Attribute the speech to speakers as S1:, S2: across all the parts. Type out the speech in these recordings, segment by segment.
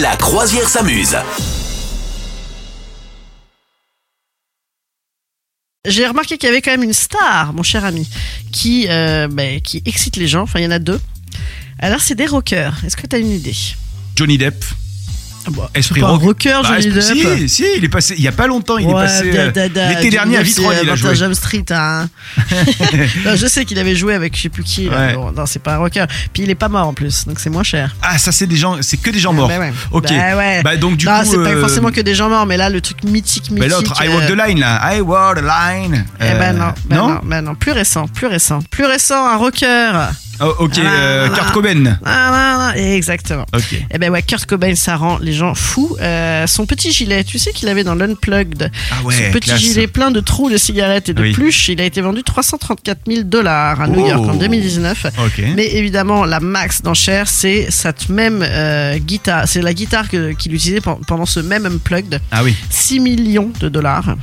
S1: La croisière s'amuse.
S2: J'ai remarqué qu'il y avait quand même une star, mon cher ami, qui, euh, ben, qui excite les gens. Enfin, il y en a deux. Alors, c'est des rockers. Est-ce que tu as une idée
S3: Johnny Depp. Esprit
S2: Pas un
S3: rock.
S2: rocker,
S3: Bah,
S2: Johnny
S3: esprit-
S2: Depp.
S3: Si, si, il est passé il y a pas longtemps, il est
S2: Ouais,
S3: passé
S2: da-
S3: euh,
S2: da- da-
S3: l'été
S2: Johnny
S3: dernier à
S2: Depp,
S3: Vitrolles,
S2: c'est
S3: il a joué.
S2: Avantage Jump Street. hein. Non, je sais qu'il avait joué avec je sais plus qui. là.
S3: Ouais.
S2: Bon, non, c'est pas un rocker. Puis il est pas mort en plus, donc c'est moins cher.
S3: Ah, ça c'est des gens, c'est que des gens morts.
S2: Bah ouais.
S3: OK.
S2: Bah ouais.
S3: Bah, donc du
S2: Non,
S3: coup
S2: c'est pas
S3: euh,
S2: forcément que des gens morts, mais là le truc mythique, mythique.
S3: bah, l'autre I walk
S2: euh,
S3: the line là, I walk the line. Euh,
S2: Eh ben non, ben
S3: non,
S2: non, ben non, plus récent, plus récent, plus récent, un rocker.
S3: Oh, OK,
S2: Ah,
S3: euh,
S2: voilà.
S3: Kurt Cobain.
S2: Ah, non, non, exactement.
S3: OK.
S2: Eh ben ouais, Kurt Cobain, ça rend les gens fous. Euh, son petit gilet, tu sais qu'il avait dans l'Unplugged,
S3: Ah ouais,
S2: son petit
S3: classe.
S2: gilet plein de trous de cigarettes et de
S3: Oui.
S2: pluches, il a été vendu 334 000 dollars à New
S3: Oh.
S2: York en 2019.
S3: OK.
S2: Mais évidemment, la max d'enchère, c'est cette même euh, guitare, c'est la guitare que- qu'il utilisait pen- pendant ce même Unplugged,
S3: Ah oui,
S2: 6 millions de dollars.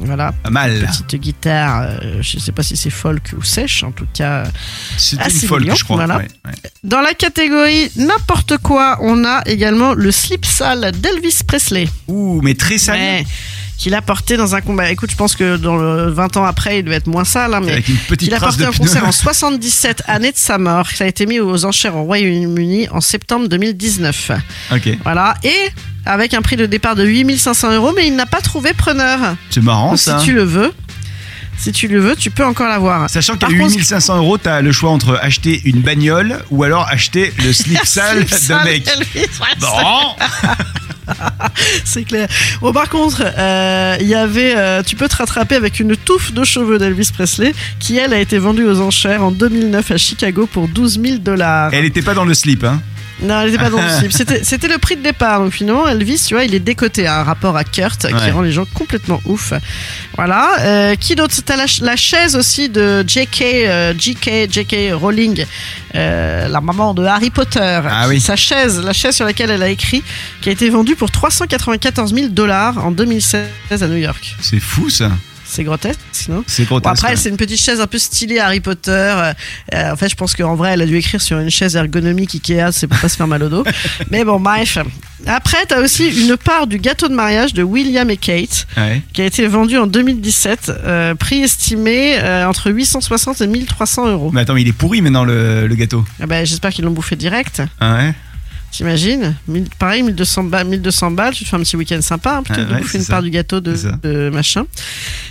S2: Voilà,
S3: pas mal.
S2: petite guitare, euh, je sais pas si c'est folk ou sèche, en tout cas.
S3: C'était
S2: Ah,
S3: une
S2: c'est
S3: folle,
S2: mignon,
S3: je crois.
S2: voilà.
S3: ouais, ouais.
S2: Dans la catégorie n'importe quoi, on a également le slip sale d'Elvis Presley.
S3: Ouh, mais très sale
S2: Ouais, Qu'il a porté dans un combat. Écoute, je pense que dans le 20 ans après, il devait être moins sale, hein, mais.
S3: avec une petite
S2: Il a
S3: trace
S2: porté
S3: de
S2: un
S3: pneu.
S2: concert en 77, année de sa mort. Ça a été mis aux enchères au Royaume-Uni en septembre 2019.
S3: OK.
S2: Voilà. Et avec un prix de départ de 8500 euros, mais il n'a pas trouvé preneur.
S3: C'est marrant
S2: Donc, si
S3: ça.
S2: tu le veux, si tu le veux, tu peux encore l'avoir.
S3: Sachant qu'à
S2: Par contre-
S3: 8500 euros, t'as le choix entre acheter une bagnole ou alors acheter le slip sale d'un
S2: Sale
S3: mec.
S2: Elvis Presley.
S3: Bon,
S2: C'est clair. Bon, par contre, euh, il y avait. euh, tu peux te rattraper avec une touffe de cheveux d'Elvis Presley, qui elle a été vendue aux enchères en 2009 à Chicago pour 12 000 dollars.
S3: elle était pas dans le slip, hein.
S2: Non, elle n'était pas dans le slip. C'était, c'était le prix de départ. Donc finalement, Elvis, tu vois, il est décoté à un rapport à Kurt qui
S3: Ouais.
S2: rend les gens complètement ouf. Voilà. Euh, qui d'autre T'as la, ch- la chaise aussi de J.K. euh, J.K. J.K. Rowling, euh, la maman de Harry Potter.
S3: Ah oui.
S2: Sa chaise, la chaise sur laquelle elle a écrit, qui a été vendue pour 394 000 dollars en 2016 à New York.
S3: C'est fou ça.
S2: C'est grotesque, sinon.
S3: C'est
S2: Bon,
S3: grotesque.
S2: après, c'est une petite chaise un peu stylée Harry Potter. Euh, euh, en fait, je pense qu'en vrai, elle a dû écrire sur une chaise ergonomique Ikea, c'est pour pas se faire mal au dos. Mais bon, bref. Après, t'as aussi une part du gâteau de mariage de William et Kate,
S3: hein. Ouais.
S2: qui a été vendu en 2017, euh, prix estimé euh, entre 860 et 1300 euros.
S3: Mais attends, mais il est pourri maintenant le, le gâteau.
S2: Ah ben, J'espère qu'ils l'ont bouffé direct.
S3: Ah ouais.
S2: T'imagines Mille- Pareil, 1200 balles, 1200 balles, tu te fais un petit week-end sympa, hein, plutôt
S3: Ah
S2: que de
S3: ouais,
S2: bouffer
S3: c'est
S2: une
S3: ça.
S2: part du gâteau de,
S3: C'est ça.
S2: de machin.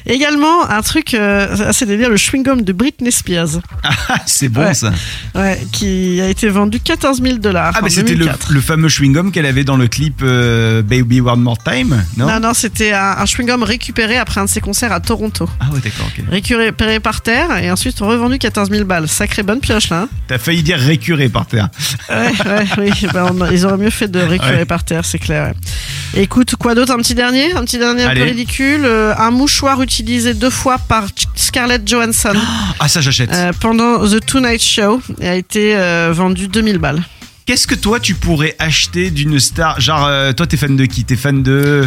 S2: Également, un truc euh, assez délire, le chewing-gum de Britney Spears.
S3: Ah, c'est bon
S2: Ouais.
S3: ça.
S2: Ouais, qui a été vendu 14 000 dollars.
S3: Ah, mais c'était le, le fameux chewing-gum qu'elle avait dans le clip euh, Baby One More Time, non
S2: Non, non, c'était un, un chewing-gum récupéré après un de ses concerts à Toronto.
S3: Ah ouais, d'accord, ok.
S2: Récupéré par terre et ensuite revendu 14 000 balles. Sacrée bonne pioche là. hein.
S3: T'as failli dire récuré par terre.
S2: Ouais, ouais, oui, ben, on- ils auraient mieux fait de récupérer
S3: Ouais.
S2: par terre, c'est clair. ouais. Écoute, quoi d'autre Un petit dernier Un petit dernier un peu
S3: Allez.
S2: ridicule. euh, un mouchoir utilisé deux fois par Ch- Scarlett Johansson
S3: Ah, ça j'achète.
S2: euh, pendant The Tonight Show et a été euh, vendu 2000 balles.
S3: Qu'est-ce que toi tu pourrais acheter d'une star Genre, euh, toi t'es fan de qui T'es fan de. euh,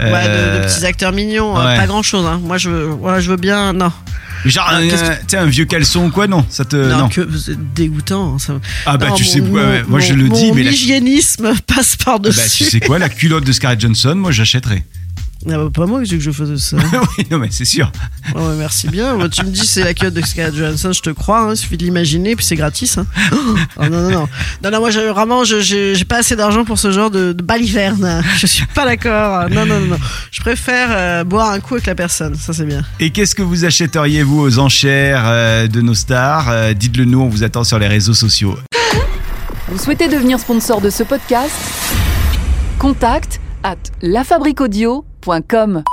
S2: Ouais, de, de petits acteurs mignons, euh,
S3: ouais.
S2: pas grand chose. Hein. Moi, je veux, ouais, je veux bien. Non.
S3: Genre, un,
S2: Qu'est-ce que-
S3: un- tu sais, un vieux caleçon ou quoi Euh, Non, ça te.
S2: non, que vous êtes dégoûtant. hein, ça-
S3: Ah bah
S2: Non,
S3: tu
S2: mon-
S3: sais, ouais, ouais,
S2: mon-
S3: moi je le
S2: mon-
S3: dis,
S2: mon
S3: mais la.
S2: hygiénisme passe par-dessus.
S3: Bah, tu sais quoi, la culotte de Scarlett Johnson, moi j'achèterais.
S2: Ah bah, pas moi que j'ai que je faisais ça.
S3: oui, non mais c'est sûr.
S2: Ouais, ouais, merci bien. Moi, tu me dis c'est la queue de Scarlett Johansson, je te crois. hein, il suffit de l'imaginer, puis c'est gratis. hein. Oh, non, non, non. Non, non, moi, je- vraiment, je- je- j'ai pas assez d'argent pour ce genre de, de baliverne. Je suis pas d'accord. Non, non, non, non. Je préfère euh, boire un coup avec la personne. Ça, c'est bien.
S3: Et qu'est-ce que vous achèteriez vous aux enchères euh, de nos stars Euh, Dites-le nous, on vous attend sur les réseaux sociaux.
S4: Vous souhaitez devenir sponsor de ce podcast Contact à lafabriquaudio.com.